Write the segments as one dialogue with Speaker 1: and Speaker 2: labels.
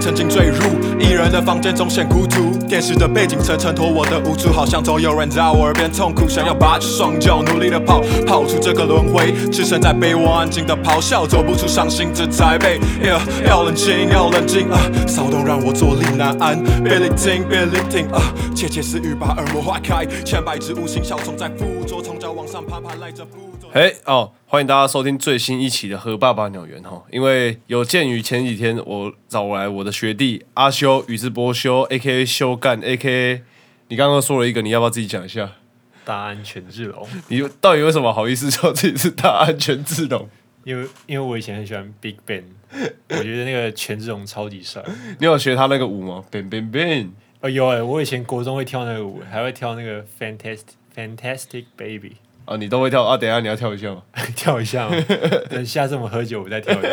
Speaker 1: 曾经坠入一人的房间中显孤独，电视的背景层衬托我的无助，好像总有人在我耳边痛哭，想要拔起双脚，努力的跑，跑出这个轮回，置身在被窝安静的咆哮，走不出伤心这宅被。Yeah，要冷静，要冷静啊，骚动让我坐立难安，别聆听，别聆听啊，窃窃私语把耳膜划开，千百只无形小虫在附着，从脚往上爬，爬赖着不走。
Speaker 2: 嘿哦，欢迎大家收听最新一期的《和爸爸鸟园》哈。因为有鉴于前几天我找来我的学弟阿修宇智波修 （A K A 修干 A K A），你刚刚说了一个，你要不要自己讲一下？
Speaker 3: 大安全智龙，
Speaker 2: 你到底为什么好意思说自己是大安全智龙？
Speaker 3: 因为因为我以前很喜欢 Big Bang，我觉得那个全智龙超级帅。
Speaker 2: 你有学他那个舞吗？bang bang bang，
Speaker 3: 哦，有哎、我以前国中会跳那个舞，还会跳那个 Fantastic Fantastic Baby，
Speaker 2: 啊，你都会跳啊？等一下你要跳一下吗？
Speaker 3: 跳一下嘛。等下次我们喝酒，我再跳一下。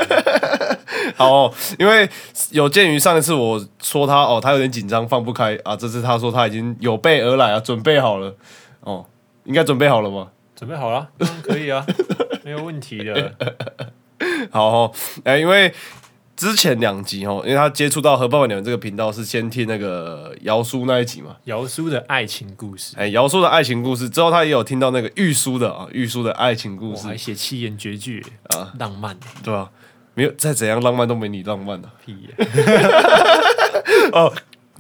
Speaker 2: 好、哦，因为有鉴于上一次我说他哦，他有点紧张放不开啊，这次他说他已经有备而来啊，准备好了哦，应该准备好了吗？
Speaker 3: 准备好了，当然可以啊，没有问题的。
Speaker 2: 好、哦，哎、因为之前两集哦，因为他接触到和爸爸鸟这个频道是先听那个姚叔那一集嘛，
Speaker 3: 姚叔的爱情故事，
Speaker 2: 哎、姚叔的爱情故事之后，他也有听到那个玉叔的啊，玉叔的爱情故
Speaker 3: 我
Speaker 2: 事
Speaker 3: 还，写七言绝句啊，浪漫
Speaker 2: 对吧、没有再怎样浪漫都没你浪漫啊。
Speaker 3: 屁耶、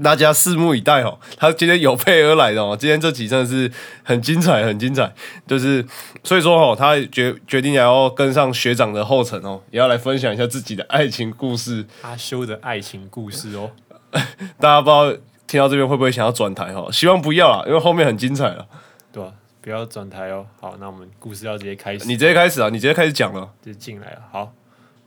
Speaker 2: 大家拭目以待哦。他今天有备而来的哦，今天这集真的是很精彩，很精彩。就是所以说哦，他决决定也要跟上学长的后尘哦，也要来分享一下自己的爱情故事。
Speaker 3: 阿修的爱情故事哦，
Speaker 2: 大家不知道听到这边会不会想要转台哦？希望不要啦，因为后面很精彩了。
Speaker 3: 对吧、不要转台哦。好，那我们故事要直接开始。
Speaker 2: 你直接开始啊，你直接开始讲了。
Speaker 3: 就进来了。好，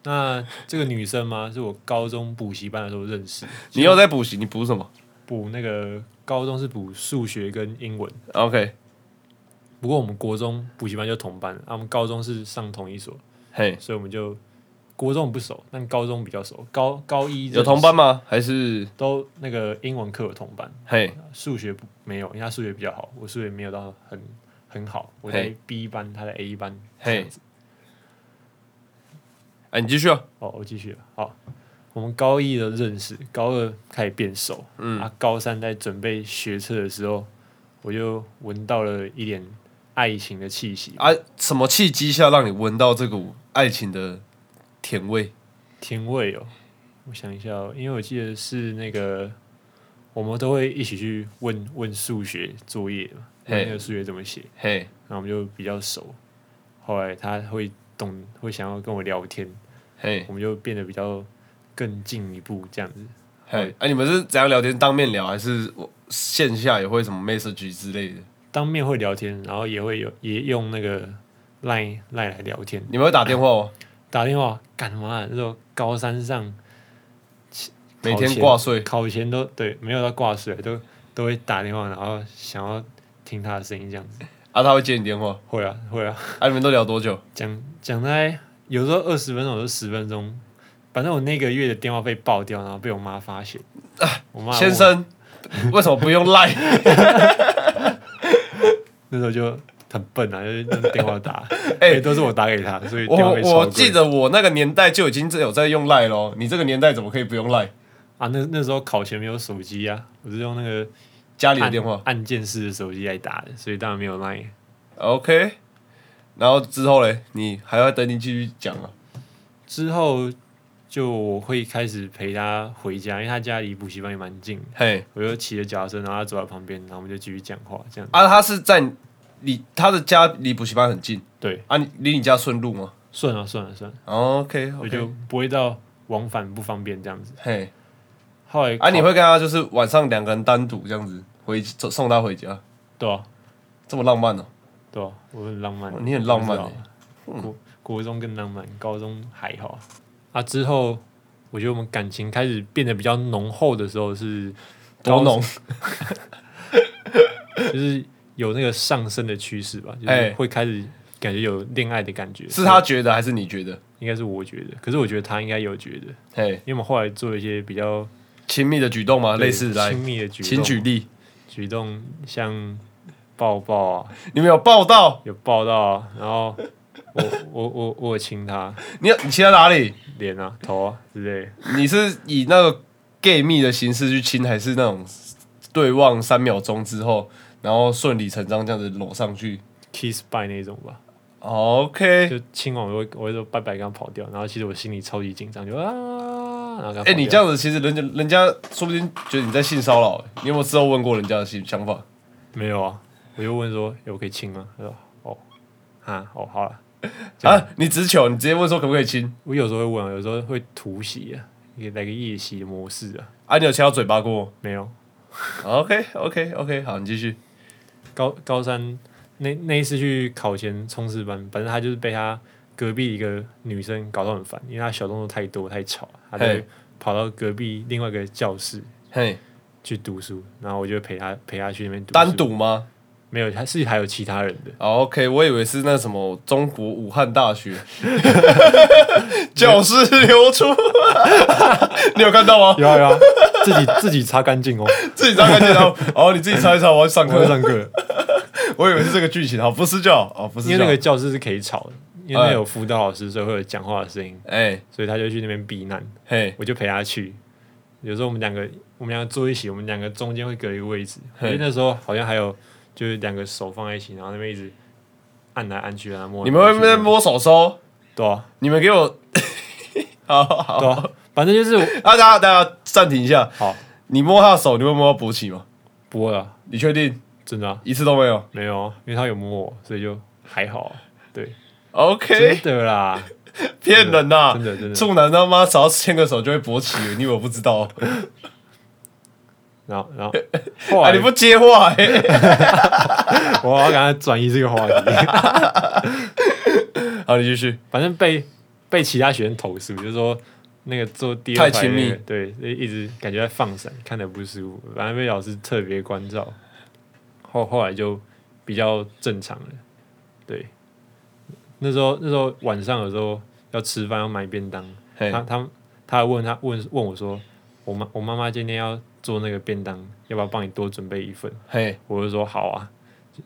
Speaker 3: 那这个女生嘛，是我高中补习班的时候认识，
Speaker 2: 你又在补习，你补什么
Speaker 3: 补那个高中是补数学跟英文，
Speaker 2: ？OK，
Speaker 3: 不过我们国中补习班就同班，啊，我们高中是上同一所，
Speaker 2: 嘿，
Speaker 3: 所以我们就国中不熟，但高中比较熟。高高一
Speaker 2: 有同班
Speaker 3: 吗？
Speaker 2: 吗？还是
Speaker 3: 都那个英文课有同班，
Speaker 2: 嘿
Speaker 3: 数学不没有，因为他数学比较好，我数学没有到很很好，我在
Speaker 2: 嘿
Speaker 3: B 班，他在 A 班，这
Speaker 2: 嘿
Speaker 3: 样子。？
Speaker 2: 哎、你继续啊。
Speaker 3: 哦，我继续了。好，我们高一的认识，高二开始变熟，嗯，啊，高三在准备学测的时候，我就闻到了一点爱情的气息，
Speaker 2: 啊，什么契机下让你闻到这股爱情的甜味？
Speaker 3: 甜味哦。我想一下、哦，因为我记得是那个，我们都会一起去问问数学作业嘛，问
Speaker 2: 嘿
Speaker 3: 那个数学怎么写，
Speaker 2: 嘿，
Speaker 3: 然后我们就比较熟。后来他会懂，会想要跟我聊天，
Speaker 2: 嘿，
Speaker 3: 我们就变得比较更进一步这样子。嗯
Speaker 2: 嘿，啊，你们是怎样聊天？当面聊还是我线下也会什么 message 之类的？
Speaker 3: 当面会聊天，然后也会有也用那个 line line 来聊天，
Speaker 2: 你们会打电 话哦吗？
Speaker 3: 打电话干嘛？那时候高三上
Speaker 2: 每天挂睡，
Speaker 3: 考前都对，没有到挂水，都都会打电话，然后想要听他的声音这样子。
Speaker 2: 啊，他会接你电话，
Speaker 3: 会啊会啊，
Speaker 2: 啊，你们都聊多久？
Speaker 3: 讲讲在有时候二十分钟，有时候十分钟，反正我那个月的电话费爆掉，然后被我妈发现。我妈
Speaker 2: 啊先
Speaker 3: 问我，
Speaker 2: 生，为什么不用 line？
Speaker 3: 那时候就很笨啊，就是用电话打，
Speaker 2: 哎
Speaker 3: 哎、都是我打给他，所以电话
Speaker 2: 我
Speaker 3: 费超
Speaker 2: 我
Speaker 3: 贵
Speaker 2: 记得我那个年代就已经有在用 line 咯，你这个年代怎么可以不用 line？
Speaker 3: 啊，那那时候考前没有手机啊，我是用那个
Speaker 2: 家里的
Speaker 3: 按
Speaker 2: 电话
Speaker 3: 按键式的手机来打的，所以当然没有 Line。
Speaker 2: ，OK。然后之后嘞，你还要等你继续讲啊。
Speaker 3: 之后就我会开始陪他回家，因为他家离补习班也蛮近的，
Speaker 2: 嘿，
Speaker 3: 我就骑着脚踏车，然后他走在旁边，然后我们就继续讲话，这样
Speaker 2: 啊，他是在你他的家离补习班很近
Speaker 3: 对，
Speaker 2: 啊，你离你家顺路吗
Speaker 3: 算了算了算了，
Speaker 2: ？OK
Speaker 3: 我就
Speaker 2: OK，
Speaker 3: 不会到往返不方便这样子。
Speaker 2: 嘿，
Speaker 3: 后来
Speaker 2: 啊，你
Speaker 3: 考
Speaker 2: 会跟他就是晚上两个人单独这样子回送送他回家，
Speaker 3: 对啊
Speaker 2: 这么浪漫哦、
Speaker 3: 对啊，我很浪漫
Speaker 2: 哦，你很浪漫
Speaker 3: 我知道
Speaker 2: 嗯
Speaker 3: 国国中更浪漫，高中还好啊。之后我觉得我们感情开始变得比较浓厚的时候是
Speaker 2: 多浓，
Speaker 3: 就是有那个上升的趋势吧，就
Speaker 2: 哎
Speaker 3: 是会开始感觉有恋爱的感觉。
Speaker 2: 是他觉得还是你觉得？
Speaker 3: 应该是我觉得，可是我觉得他应该有觉得，
Speaker 2: 嘿，
Speaker 3: 因为我们后来做一些比较
Speaker 2: 亲密的举动啊吗？类似来
Speaker 3: 亲，密的举动，
Speaker 2: 请举例。
Speaker 3: 举动，像抱抱啊，
Speaker 2: 你们有报道？
Speaker 3: 有抱到啊，然后我我我我有亲他
Speaker 2: 你有你骑在哪里？
Speaker 3: 脸啊、头啊之类的，
Speaker 2: 你是以那个 gay 蜜的形式去亲，还是那种对望三秒钟之后，然后顺理成章这样子搂上去
Speaker 3: kiss by 那种吧，
Speaker 2: ？OK，
Speaker 3: 就亲完我会我会说拜拜，刚跑掉，然后其实我心里超级紧张，就啊，然后刚
Speaker 2: 哎、你这样子其实人家人家说不定觉得你在性骚扰、欸你有没有之后问过人家的心想法？
Speaker 3: 没有啊？我就问说，欸、我可以亲吗？他说哦，啊哦好了，
Speaker 2: 啊，你直球，你直接问说可不可以亲？
Speaker 3: 我有时候会问啊，有时候会突袭啊，也来个夜袭的模式啊，
Speaker 2: 啊，你有掐到嘴巴过吗
Speaker 3: 没有。
Speaker 2: ？OK OK OK，好，你继续。
Speaker 3: 高高三那那一次去考前冲刺班，反正他就是被他隔壁一个女生搞到很烦，因为他小动作太多太吵，他就
Speaker 2: 嘿
Speaker 3: 跑到隔壁另外一个教室
Speaker 2: 嘿，
Speaker 3: 去读书，然后我就陪他陪他去那边读书
Speaker 2: 单独吗、
Speaker 3: 没有，他是还有其他人的，
Speaker 2: o k 我以为是那什么中国武汉大学， 教师流出， 你有看到吗？
Speaker 3: 有啊有啊， 自己自己擦干净哦，
Speaker 2: 自己擦干净，然 后哦，你自己擦一擦，我要去上
Speaker 3: 不会
Speaker 2: 课。
Speaker 3: 上课 了，
Speaker 2: 我以为是这个剧情，好，不是叫哦，不是
Speaker 3: 因
Speaker 2: 叫。
Speaker 3: 为那个教室是可以吵的，因为那有辅导老师，所以会有讲话的声音，
Speaker 2: 哎
Speaker 3: 所以他就去那边避难，
Speaker 2: 嘿，
Speaker 3: 我就陪他去。有时候我们两个，我们两个坐一起，我们两个中间会隔一个位置。因
Speaker 2: 嘿
Speaker 3: 为那时候好像还有就是两个手放在一起，然后那边一直按来按去，然后啊摸来摸去。
Speaker 2: 你们会不会摸手手？
Speaker 3: 对啊，
Speaker 2: 你们给 我，好好好
Speaker 3: 对啊，反正就是我
Speaker 2: 啊，大家大家暂停一下。
Speaker 3: 好，
Speaker 2: 你摸他的手，你会摸到勃起吗？
Speaker 3: 不会啊，
Speaker 2: 你确定
Speaker 3: 真的啊，
Speaker 2: 一次都没有
Speaker 3: 没有啊，因为他有摸我，所以就还好啊。对，真
Speaker 2: ？OK，
Speaker 3: 的啦，
Speaker 2: 骗人呐、
Speaker 3: 真的真的
Speaker 2: 处男他妈只要牵个手就会勃起，你以为我不知 道？
Speaker 3: 然后然后 后
Speaker 2: 啊，
Speaker 3: 来
Speaker 2: 你不接话、欸。
Speaker 3: 我要赶快转移这个话题。
Speaker 2: 好，你继续。
Speaker 3: 反正被被其他学生投诉，就是说那个坐第二排
Speaker 2: 太亲密
Speaker 3: 那个对，一直感觉在放闪，看得不舒服。反正被老师特别关照，后后来就比较正常了。对，那时候那时候晚上有时候要吃饭要买便当，
Speaker 2: 嘿
Speaker 3: 他他他还问他问问我说，我妈我妈妈今天要做那个便当，要不要帮你多准备一份？
Speaker 2: 嘿
Speaker 3: 我就说好啊，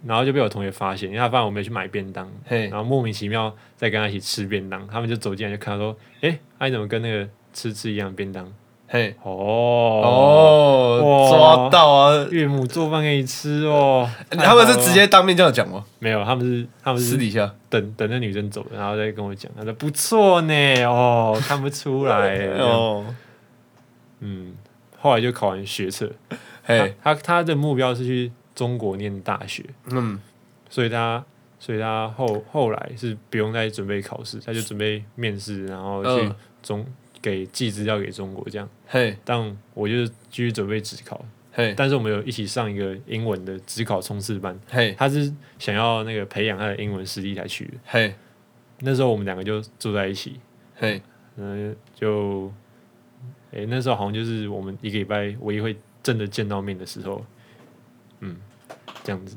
Speaker 3: 然后就被我同学发现，因为他发现我没有去买便当，
Speaker 2: 嘿
Speaker 3: 然后莫名其妙在跟他一起吃便当，他们就走进来就看到说，哎、啊你怎么跟那个吃吃一样的便当？
Speaker 2: 嘿，
Speaker 3: 哦
Speaker 2: 哦，
Speaker 3: 哇
Speaker 2: 抓到啊！
Speaker 3: 岳母做饭给你吃 哦，
Speaker 2: 他们是直
Speaker 3: 太好了
Speaker 2: 接当面这样讲吗？
Speaker 3: 没有，他们是他们
Speaker 2: 私
Speaker 3: 是
Speaker 2: 底下。
Speaker 3: 等等那女生走了，然后再跟我讲，他说不错呢，哦，看不 出来，哦，
Speaker 2: 哦，
Speaker 3: 嗯，后来就考完学测，他
Speaker 2: 嘿，
Speaker 3: 他他的目标是去中国念大学，
Speaker 2: 嗯，
Speaker 3: 所以他所以他后后来是不用再准备考试，他就准备面试，然后去
Speaker 2: 嗯
Speaker 3: 中、给寄资料给中国这样。
Speaker 2: 嘿，
Speaker 3: 但我就是继续准备职考，
Speaker 2: 嘿，
Speaker 3: 但是我们有一起上一个英文的职考冲刺班，
Speaker 2: 嘿，
Speaker 3: 他是想要那个培养他的英文实力才去的。
Speaker 2: 嘿，
Speaker 3: 那时候我们两个就住在一起，
Speaker 2: 嘿，
Speaker 3: 嗯，就，诶、那时候好像就是我们一个礼拜唯一会真的见到面的时候，嗯，这样子。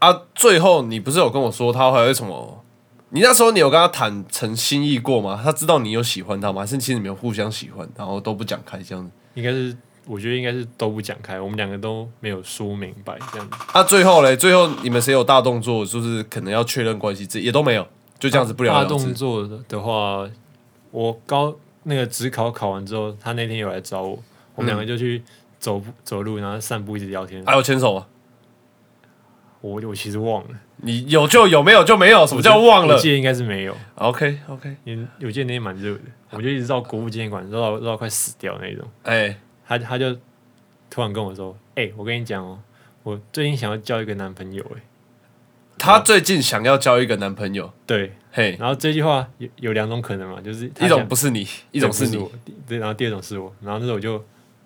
Speaker 2: 啊！最后你不是有跟我说他还有什么？你那时候你有跟他坦诚心意过吗？他知道你有喜欢他吗？还是其实你们有互相喜欢，然后都不讲开这样子？
Speaker 3: 应该是，我觉得应该是都不讲开，我们两个都没有说明白这样子。
Speaker 2: 啊，最后嘞，最后你们谁有大动作？就是可能要确认关系，这也都没有，就这样子不了
Speaker 3: 啊大
Speaker 2: 了之
Speaker 3: 动。作的话，我高那个职考考完之后，他那天有来找我，我
Speaker 2: 嗯
Speaker 3: 们两个就去走步走路，然后散步，一直聊天。
Speaker 2: 啊还有牵手吗？
Speaker 3: 我我其实忘了，
Speaker 2: 你有就有，没有就没有，什么叫忘
Speaker 3: 我
Speaker 2: 了
Speaker 3: 记得应该是没有，
Speaker 2: ？OK OK，
Speaker 3: 因为我记得那天蛮热的，我们就一直绕国父纪念馆，绕到绕到快死掉那一种。
Speaker 2: 哎
Speaker 3: 他他就突然跟我说：“哎、我跟你讲哦，我最近想要交一个男朋友。”哎，
Speaker 2: 她最近想要交一个男朋友，
Speaker 3: 对。
Speaker 2: 嘿，
Speaker 3: 然后这句话有有两种可能嘛，就是他
Speaker 2: 哎一
Speaker 3: 想
Speaker 2: 种不是你，一
Speaker 3: 一
Speaker 2: 种是你
Speaker 3: 我，，对，然后第二种是我，然后那时候我就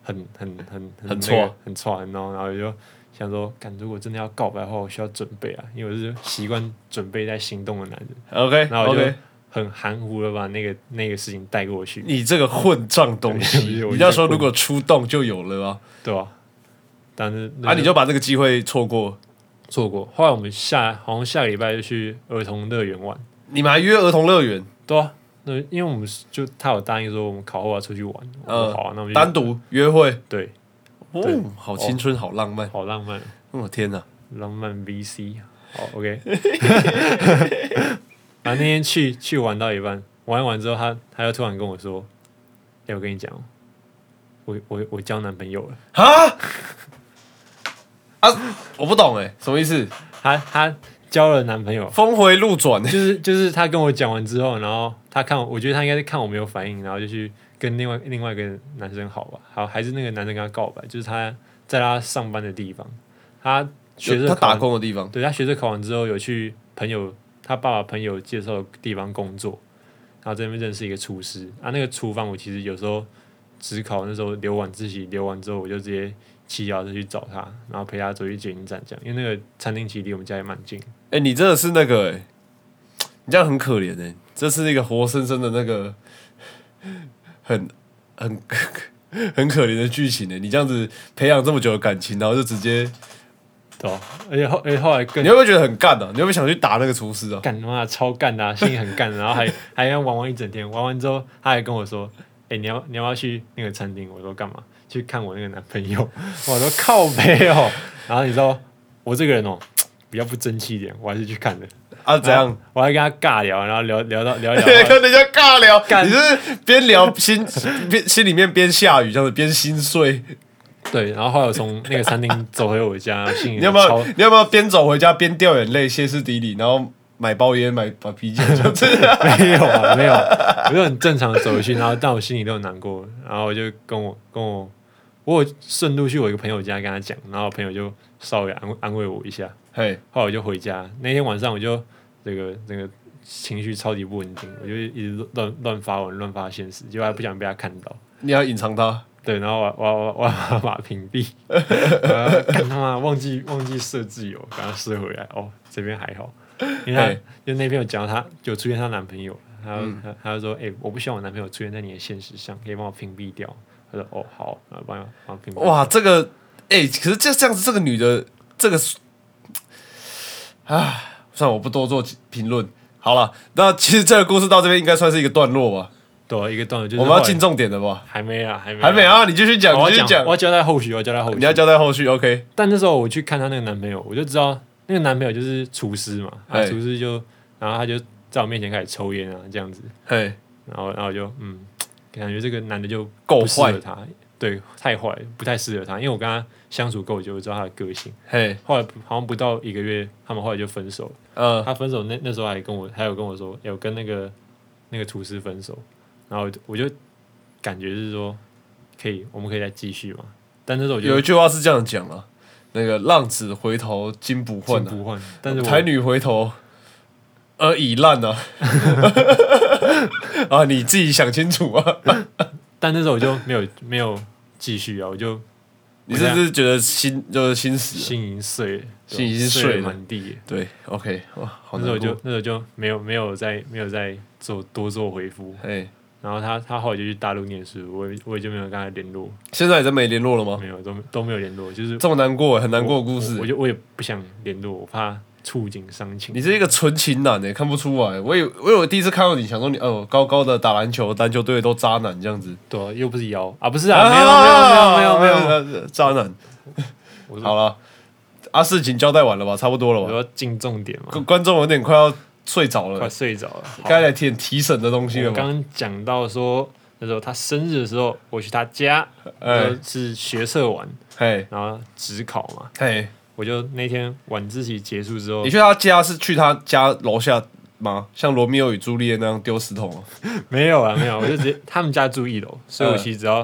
Speaker 3: 很很很
Speaker 2: 很
Speaker 3: 那个
Speaker 2: 挫
Speaker 3: 很错，很孬，然后我就想说，干，如果真的要告白的话，我需要准备啊，因为我是习惯准备在行动的男人，
Speaker 2: OK
Speaker 3: 然后我就
Speaker 2: OK，
Speaker 3: 很含糊的把那个那个事情带过去，
Speaker 2: 你这个混账东西，
Speaker 3: 对我
Speaker 2: 你
Speaker 3: 就
Speaker 2: 那时候如果出动就有了啊，
Speaker 3: 对吧、但是那
Speaker 2: 啊，你就把这个机会错过。
Speaker 3: 错过。后来我们下好像下个礼拜就去儿童乐园玩，
Speaker 2: 你们还约儿童乐园，
Speaker 3: 对啊，那因为我们是就他有答应说我们考后要出去玩，我说
Speaker 2: 呃
Speaker 3: 好啊，那我们就
Speaker 2: 单独约会，
Speaker 3: 对，对哦
Speaker 2: 哦，好青春，好浪漫，
Speaker 3: 好浪漫，
Speaker 2: 我天哪！
Speaker 3: 浪漫 VC。好，OK。啊，那天去欸去玩到一半，玩一玩之后他，他又突然跟我说：“哎、我跟你讲哦，我我我交男朋友了。
Speaker 2: 啊啊！我不懂哎、什么意思？
Speaker 3: 她她交了男朋友，
Speaker 2: 峰回路转欸
Speaker 3: 就是就是她跟我讲完之后，然后她看我，我觉得她应该是看我没有反应，然后就去跟另外另外一个男生好吧，好还是那个男生跟她告白，就是她在她上班的地方，她学
Speaker 2: 他
Speaker 3: 着
Speaker 2: 打工的地方，
Speaker 3: 对他学测考完之后，有去朋友他爸爸朋友介绍的地方工作，然后在那边认识一个厨师啊。那个厨房我其实有时候只考那时候留晚自习，留完之后我就直接骑脚踏车去找他，然后陪他走去捷运站这样，因为那个餐厅其实离我们家也蛮近。
Speaker 2: 哎、你真的是那个哎、你这样很可怜哎、这是一个活生生的那个很很 很可怜的剧情哎、你这样子培养这么久的感情，然后就直接，
Speaker 3: 对、啊，而且后而且后来 更
Speaker 2: 你会不会觉得很干啊？你会不会想去打那个厨师啊？
Speaker 3: 干他妈超干的、啊，心里很干，然后还还要玩玩一整天，玩完之后他还跟我说：“哎、你要你要不要去那个餐厅？”我说：“干嘛？”去看我那个男朋友。 我说：“靠背哦。”然后你知道我这个人哦，比较不争气一点，我还是去看的。
Speaker 2: 啊，怎 样？？
Speaker 3: 我还跟他尬聊，然后聊聊到 聊一聊到。
Speaker 2: 跟人家尬聊，
Speaker 3: 干
Speaker 2: 你是边聊心 边心里面边下雨，这样子边心碎。
Speaker 3: 对，然后后来我从那个餐厅走回我家，心里
Speaker 2: 你要不要
Speaker 3: 超？
Speaker 2: 你要不要边走回家边掉眼泪，歇斯底里，然后买包烟，买把啤酒， 这样子
Speaker 3: 没有啊，没有，我就很正常的走回去，然后但我心里都很难过，然后我就跟我跟我，我有顺路去我一个朋友家跟他讲，然后我朋友就稍微安慰安慰我一下，
Speaker 2: 嘿，
Speaker 3: 后来我就回家，那天晚上我就这个这个情绪超级不稳定，我就一直乱乱发文乱发现实，结果还不想被他看到。
Speaker 2: 你要隐藏它。
Speaker 3: 对，然后我我我我我把他 屏蔽，然后看他妈忘记忘记设置有，把他设回来哦，这边还好，因为他
Speaker 2: 嘿
Speaker 3: 就那边有讲到他有出现她男朋友，他
Speaker 2: 嗯
Speaker 3: 他他就说，哎、我不希望我男朋友出现在你的现实上，可以帮我屏蔽掉。他说，哦，好，然后帮我帮我屏蔽。哇，
Speaker 2: 哇，这个，哎、可是这这样子，这个女的，这个，啊，算了，我不多做评论。好了，那其实这个故事到这边应该算是一个段落吧，
Speaker 3: 对啊，一个段落就是
Speaker 2: 我们要
Speaker 3: 后来
Speaker 2: 进重点了吧？
Speaker 3: 还没啊，还没、
Speaker 2: 还没。啊，你继续讲，
Speaker 3: 我
Speaker 2: 你继
Speaker 3: 要
Speaker 2: 续
Speaker 3: 讲，
Speaker 2: 讲
Speaker 3: 我，要交代后续，我要交代后续。
Speaker 2: 你要交代后续，OK？
Speaker 3: 但那时候我去看她那个男朋友，我就知道那个男朋友就是厨师嘛，啊，
Speaker 2: 哎
Speaker 3: 厨师就，然后他就在我面前开始抽烟啊，这样子，
Speaker 2: 嘿，
Speaker 3: 然后然后我就嗯，感觉这个男的就
Speaker 2: 够
Speaker 3: 不适合
Speaker 2: 坏
Speaker 3: 他，对，太坏了，不太适合他，因为我跟他相处够久，我知道他的个性。
Speaker 2: 嘿，
Speaker 3: 后来好像不到一个月，他们后来就分手了。
Speaker 2: 嗯、
Speaker 3: 他分手那那时候还跟我，还有跟我说，有跟那个那个厨师分手，然后我就我就感觉是说，可以，我们可以再继续嘛。但那时候我就
Speaker 2: 有一句话是这样讲啊，那个浪子回头金不换、
Speaker 3: 进
Speaker 2: 啊，
Speaker 3: 不换，但是我
Speaker 2: 才女回头而已烂 啊！啊，你自己想清楚 啊！
Speaker 3: 但那时候我就没有没有继续啊，我就
Speaker 2: 你是不是觉得心就是心死了？
Speaker 3: 心已经碎了，
Speaker 2: 心已经
Speaker 3: 碎
Speaker 2: 碎
Speaker 3: 了
Speaker 2: 了
Speaker 3: 满地了。
Speaker 2: 对，OK，哇，好难
Speaker 3: 那时
Speaker 2: 过。
Speaker 3: 候我就那时候就没有没有再没有再做多做回复，
Speaker 2: 哎，
Speaker 3: 然后他他后来就去大陆念书，我也我也就没有跟他联络，
Speaker 2: 现在也真没联络了吗？
Speaker 3: 没有都都没有联络，就是
Speaker 2: 这么难过，欸很难过的故
Speaker 3: 我我
Speaker 2: 事。
Speaker 3: 就我也不想联络，我怕触景伤情。
Speaker 2: 你是一个纯情男诶、看不出来。我以我以为第一次看到你，想说你哦，高高的打篮球，篮球队都渣男这样子。
Speaker 3: 对啊、又不是妖啊，不是啊，没有没有没有没有没有，
Speaker 2: 没有，呃渣男。
Speaker 3: 我
Speaker 2: 好
Speaker 3: 说
Speaker 2: 了，啊，事情交代完了吧？差不多了
Speaker 3: 我
Speaker 2: 吧？
Speaker 3: 要进重点嘛，
Speaker 2: 观观众有点快要睡着了
Speaker 3: 快，睡着了。好
Speaker 2: 该来点提神的东西了
Speaker 3: 我刚
Speaker 2: 吧？
Speaker 3: 刚讲到说，那时候他生日的时候，我去他家，
Speaker 2: 哎
Speaker 3: 呃，是学测完，
Speaker 2: 嘿，
Speaker 3: 然后职考嘛，
Speaker 2: 嘿，
Speaker 3: 我就那天晚自习结束之后
Speaker 2: 你，去他家是去他家楼下吗？像罗密欧与朱丽叶那样丢石头吗？
Speaker 3: 没有啊，没有，我就直接他们家住一 楼，所以我
Speaker 2: 嗯
Speaker 3: 其实只要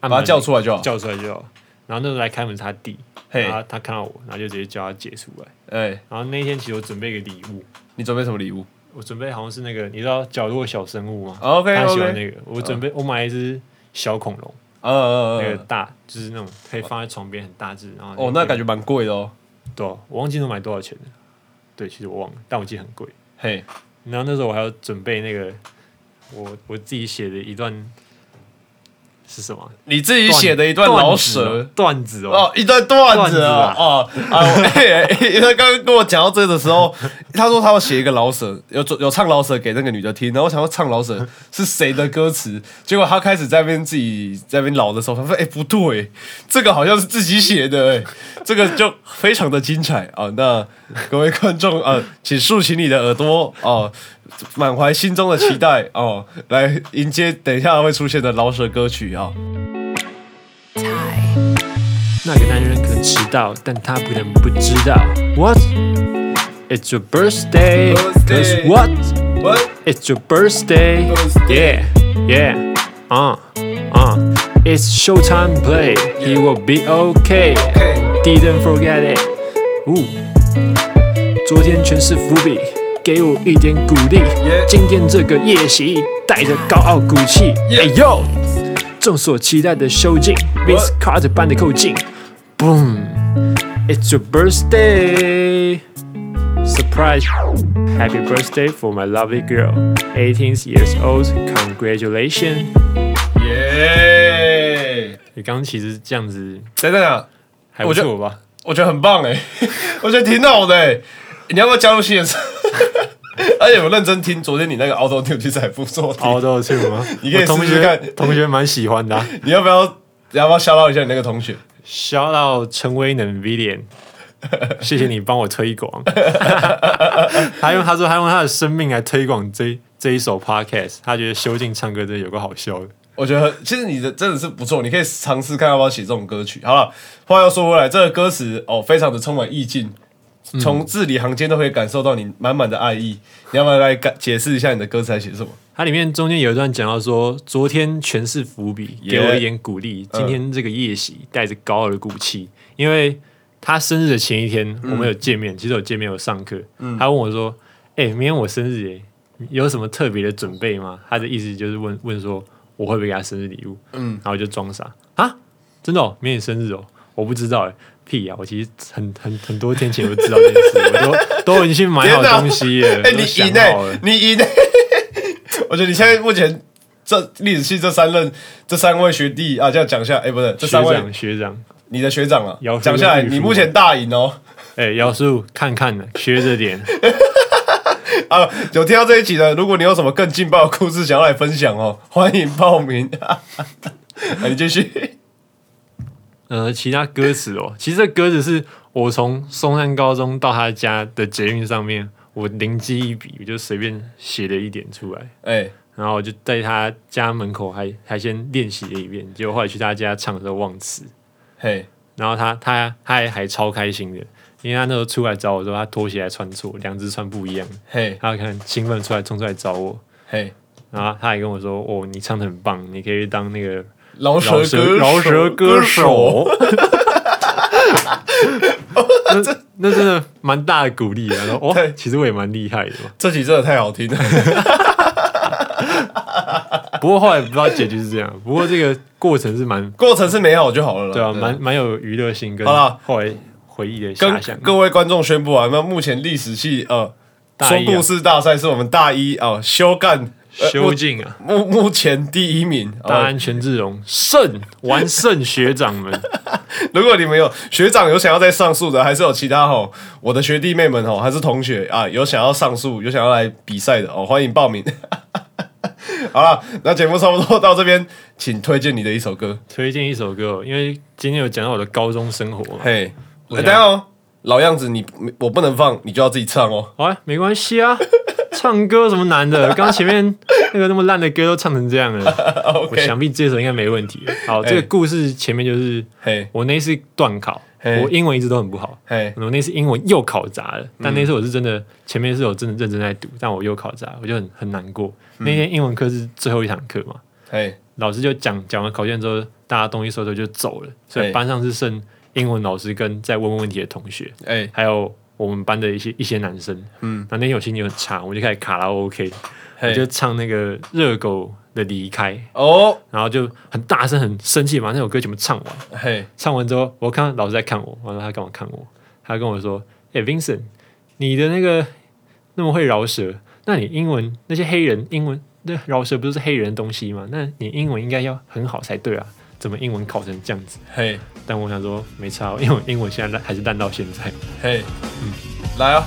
Speaker 3: 把
Speaker 2: 把他叫出来就好。
Speaker 3: 叫出来就好。然后那时候来开门是他弟，
Speaker 2: 嘿
Speaker 3: 然，后他看到我，然后就直接叫他姐出来。
Speaker 2: 哎，
Speaker 3: 然后那一天其实我准备一个礼物，
Speaker 2: 你准备什么礼物？
Speaker 3: 我准备好像是那个你知道角落小生物吗
Speaker 2: 哦 OK，嗯
Speaker 3: 他喜欢
Speaker 2: OK
Speaker 3: 那个，我准备我买了一只小恐龙，
Speaker 2: 呃呃
Speaker 3: 那个
Speaker 2: 呃，
Speaker 3: 大就是那种可以放在床边很大只，然后
Speaker 2: 哦，那感觉蛮贵的哦。
Speaker 3: 对啊、我忘记能买多少钱了，对，其实我忘了，但我记得很贵。
Speaker 2: 嘿，
Speaker 3: 然后那时候我还要准备那个我我自己写的一段是什么啊？
Speaker 2: 你自己写的一段老舍。
Speaker 3: 哦段子哦，段子哦
Speaker 2: 哦，一段段子啊
Speaker 3: 段子啊，
Speaker 2: 哦啊，我 嘿嘿他刚刚跟我讲到这的时候，他说他要写一个老舍，有有唱老舍给那个女的听，然后我想要唱老舍是谁的歌词，结果他开始在那边自己在那边老的时候，他说：“哎、不对，这个好像是自己写的、哎，这个就非常的精彩啊。”那各位观众啊，请竖起你的耳朵哦、满怀心中的期待哦、来迎接等一下会出现的老舍歌曲啊。
Speaker 3: 那个男人可能迟到，但他不能不知道。What? It's your birthday.
Speaker 2: Birthday.
Speaker 3: Cause what?
Speaker 2: What?
Speaker 3: It's your birthday.
Speaker 2: Birthday.
Speaker 3: Yeah, yeah. Uh, uh. It's showtime play. He will be okay. Didn't forget it. 呜，昨天全是伏笔，给我一点鼓励。今天这个夜袭，带着高傲骨气。哎呦！众所期待的收镜，Vince Carter 般的扣进，Boom。It's your birthday. Surprise! Happy birthday for my lovely girl. 18 years old. Congratulations.
Speaker 2: 耶！
Speaker 3: 你刚刚其实这样子
Speaker 2: 等等啊，
Speaker 3: 还不 错吧？
Speaker 2: 我觉得很棒哎，我觉得挺好的哎，你要不要加入现实？ 而且我认真听昨天你那个 Auto Tune 其实还不错听，
Speaker 3: 凹到去吗？
Speaker 2: 你可以
Speaker 3: 我同
Speaker 2: 试试
Speaker 3: 学
Speaker 2: 看
Speaker 3: 同学蛮喜欢的、啊。
Speaker 2: 你要不要你要不要笑到一下你那个同学？
Speaker 3: 小到陈威能 Vivian，谢谢你帮我推广。他用他说他用他的生命来推广这这一首 Podcast，他觉得修静唱歌真的有个好笑的。
Speaker 2: 我觉得其实你的真的是不错，你可以尝试看要不要写这种歌曲。好了，话又说回来，这个歌词哦，非常的充满意境，从字里行间都可以感受到你满满的爱意。你要不要来感解释一下你的歌词在写什么？
Speaker 3: 它里面中间有一段讲到说，昨天全是伏笔，
Speaker 2: Yeah
Speaker 3: 给我一点鼓励。今天这个夜袭带着高傲的骨气，因为他生日的前一天
Speaker 2: 嗯
Speaker 3: 我们有见面，其实有见面有上课，他问我说：“哎、明天我生日耶，有什么特别的准备吗？”他的意思就是问问说我会不会给他生日礼物，嗯，然后我就装傻啊，真的哦，明天你生日哦，我不知道哎。屁呀、我其实很很很多天前我就知道这件事，我都都已经去买好东西了，
Speaker 2: 哎、
Speaker 3: 都
Speaker 2: 你
Speaker 3: 想
Speaker 2: 赢哎、
Speaker 3: 好了。
Speaker 2: 你赢哎、我觉得你现在目前这历史系这三任这三位学弟啊，这样讲一下，哎、不是这
Speaker 3: 学
Speaker 2: 三位
Speaker 3: 长，学长，
Speaker 2: 你的学长啊
Speaker 3: 姚，
Speaker 2: 讲下来，
Speaker 3: 姚玉
Speaker 2: 你
Speaker 3: 书
Speaker 2: 目前大赢哦。
Speaker 3: 哎、姚叔，看看呢，学着点。
Speaker 2: 啊，有听到这一集的，如果你有什么更劲爆的故事想要来分享哦，欢迎报名。 啊、你继续。
Speaker 3: 呃，其他歌词哦，其实这歌词是我从松山高中到他家的捷运上面，我灵机一笔，我就随便写了一点出来，
Speaker 2: 哎、
Speaker 3: 然后我就在他家门口还还先练习了一遍，结果后来去他家唱的时候忘词，
Speaker 2: 嘿，
Speaker 3: 然后他他他还还超开心的，因为他那时候出来找我的时候，他拖鞋还穿错，两只穿不一样，
Speaker 2: 嘿，
Speaker 3: 他可能兴奋出来冲出来找我，
Speaker 2: 嘿，
Speaker 3: 然后他还跟我说：“哦，你唱的很棒，你可以去当那个
Speaker 2: 饶舌
Speaker 3: 饶
Speaker 2: 歌手
Speaker 3: 舌饶舌歌手。 那”那真的蛮大的鼓励啊！然后
Speaker 2: 对
Speaker 3: 哦，其实我也蛮厉害的嘛。
Speaker 2: 这集真的太好听了。
Speaker 3: 不过后来不知道结局是这样。不过这个过程是蛮
Speaker 2: 过程是美好就好了啦。
Speaker 3: 对啊，蛮蛮有娱乐性跟
Speaker 2: 好啦
Speaker 3: 后来回忆的遐想
Speaker 2: 跟。各位观众宣布啊，那目前历史系呃，
Speaker 3: 大
Speaker 2: 松
Speaker 3: 一啊
Speaker 2: 度市大赛是我们大一啊、修干呃
Speaker 3: 修静啊，
Speaker 2: 目目前第一名。
Speaker 3: 大
Speaker 2: 啊，
Speaker 3: 安全志荣胜完胜学长们，
Speaker 2: 如果你们有学长有想要再上诉的，还是有其他吼我的学弟妹们吼，还是同学啊，有想要上诉，有想要来比赛的哦，欢迎报名。 好了，那节目差不多到这边，请推荐你的一首歌。
Speaker 3: 推荐一首歌、哦，因为今天有讲到我的高中生活嘛。
Speaker 2: 嘿，
Speaker 3: 我
Speaker 2: 欸、
Speaker 3: 想
Speaker 2: 等一下哦，老样子你，你我不能放，你就要自己唱哦。
Speaker 3: 好啊，没关系啊，唱歌有什么难的？ 刚刚前面那个那么烂的歌都唱成这样了，我
Speaker 2: OK，
Speaker 3: 想必这首应该没问题。好，这个故事前面就是
Speaker 2: 嘿，
Speaker 3: 我那次段考，
Speaker 2: 嘿
Speaker 3: 我英文一直都很不好，
Speaker 2: 嘿，嗯
Speaker 3: 我那次英文又考砸了。但那次我是真的，前面是有真的认真在读，但我又考砸，我就很很难过。
Speaker 2: 嗯
Speaker 3: 那天英文课是最后一堂课嘛，
Speaker 2: 嘿，
Speaker 3: 老师就讲讲完考卷之后，大家东西收收就走了，所以
Speaker 2: 嘿
Speaker 3: 班上是剩英文老师跟在问问问题的同学。
Speaker 2: 哎，
Speaker 3: 还有我们班的一些一些男生，嗯，那那天我心情很差，我就开始卡拉 OK，我
Speaker 2: 嘿
Speaker 3: 就唱那个热狗的离开，
Speaker 2: 哦，
Speaker 3: 然后就很大声、很生气，把那首歌全部唱完。
Speaker 2: 嘿，
Speaker 3: 唱完之后，我看到老师在看我，我说他干嘛看我？他跟我说：“哎、v i n c e n t 你的那个那么会饶舌，那你英文那些黑人英文那饶舌不是黑人的东西吗？那你英文应该要很好才对啊，怎么英文考成这样子
Speaker 2: 嘿，？”
Speaker 3: 但我想说没差，因为我英文现在烂还是烂到现在。
Speaker 2: 嘿，来啊，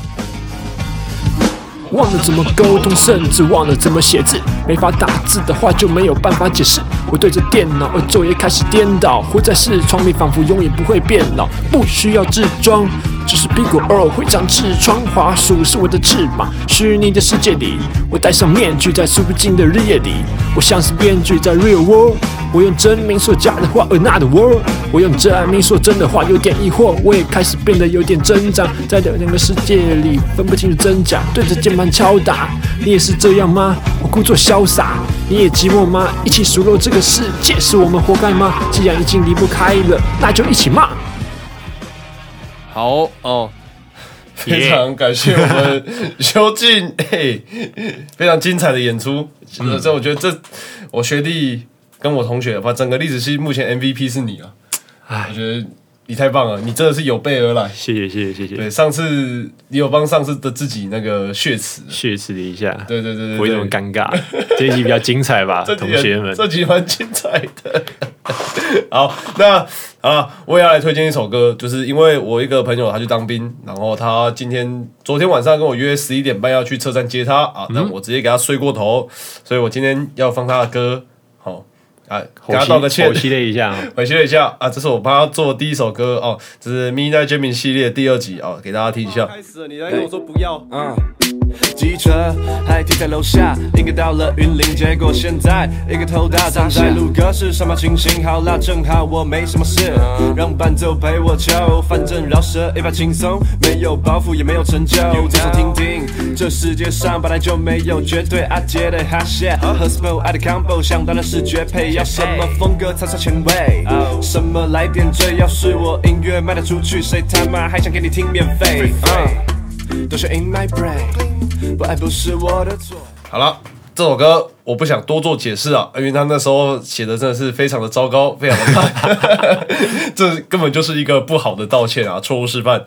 Speaker 4: 忘了怎么沟通，甚至忘了怎么写字。没法打字的话就没有办法解释。我对着电脑，而昼夜开始颠倒，活在视窗里，仿佛永远不会变老。不需要置装，只是屁股偶尔会长痔疮，滑鼠是我的翅膀。虚拟的世界里，我戴上面具，在数不尽的日夜里，我像是编剧在 real world。我用真名说假的话，而那的 world。我用真名说真的话，有点疑惑，我也开始变得有点挣扎，在两个世界里分不清楚真假，对着键盘敲打。你也是这样吗？我故作潇洒，你也寂寞吗？一起数落这个世界是我们活该吗？既然已经离不开了，那就一起骂。
Speaker 2: 好哦， 非常感谢我们修静， 嘿，非常精彩的演出。这、这我觉得这我学弟跟我同学，把整个历史系目前 MVP 是你啊，我觉得你太棒了，你真的是有备而来。
Speaker 3: 谢谢谢谢谢
Speaker 2: 对，
Speaker 3: 谢，
Speaker 2: 上次你有帮上次的自己那个血池，啊
Speaker 3: 血池了一下，
Speaker 2: 对对对对对，
Speaker 3: 不会那么 尴尬。这一集比较精彩吧，
Speaker 2: 这
Speaker 3: 啊同
Speaker 2: 集
Speaker 3: 学们。
Speaker 2: 这集蛮精彩的。 好，那好了，我也要来推荐一首歌，就是因为我一个朋友他去当兵，然后他今天昨天晚上跟我约十一点半要去车站接他啊，
Speaker 3: 嗯
Speaker 2: 那我直接给他睡过头，所以我今天要放他的歌，好啊，给
Speaker 3: 吼
Speaker 2: 他
Speaker 3: 吸
Speaker 2: 道个歉
Speaker 3: 吼。吸了一下哦，
Speaker 2: 回去了一下啊，这是我帮他做的第一首歌哦，这是《Midnight Jamming》系列第二集哦，给大家听一下。
Speaker 1: 开始了，你来跟我说不要。
Speaker 5: 嗯，机车还停在楼下，应该到了云林，结果现在一个头大站在路哥是什么情形？好啦，正好我没什么事，让伴奏陪我敲，反正饶舌一般轻松，没有包袱也没有成就，至少听听，这世界上本来就没有绝对阿杰的哈谢和 Smell 爱的 combo，想当然是绝配，要什么风格才算前卫？什么来点缀？要是我音乐卖得出去，谁他妈还想给你听免费？嗯都是 in my brain，不爱不是我的错。
Speaker 2: 好了，这首歌我不想多做解释啊，因为他那时候写的真的是非常的糟糕，非常的 烂，这根本就是一个不好的道歉啊，错误示范。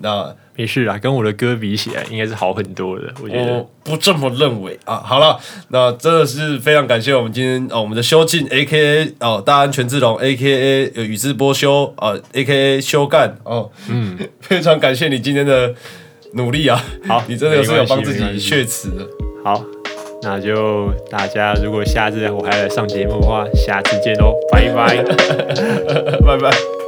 Speaker 2: 那
Speaker 3: 没事啦，跟我的歌比起来，应该是好很多的。我觉得
Speaker 2: 我不这么认为啊。好了，那真的是非常感谢我们今天哦，我们的修进 A K A 哦，大安全志龙 A K A 宇智波修啊 A K A 修干哦，嗯， 非常感谢你今天的努力啊。
Speaker 3: 好
Speaker 2: 你真的是有帮
Speaker 3: 没关系
Speaker 2: 自
Speaker 3: 没关
Speaker 2: 己
Speaker 3: 系
Speaker 2: 血池的。
Speaker 3: 好，那就大家哦如果下次我还来上节目的话，下次见喽，拜拜。
Speaker 2: 拜拜。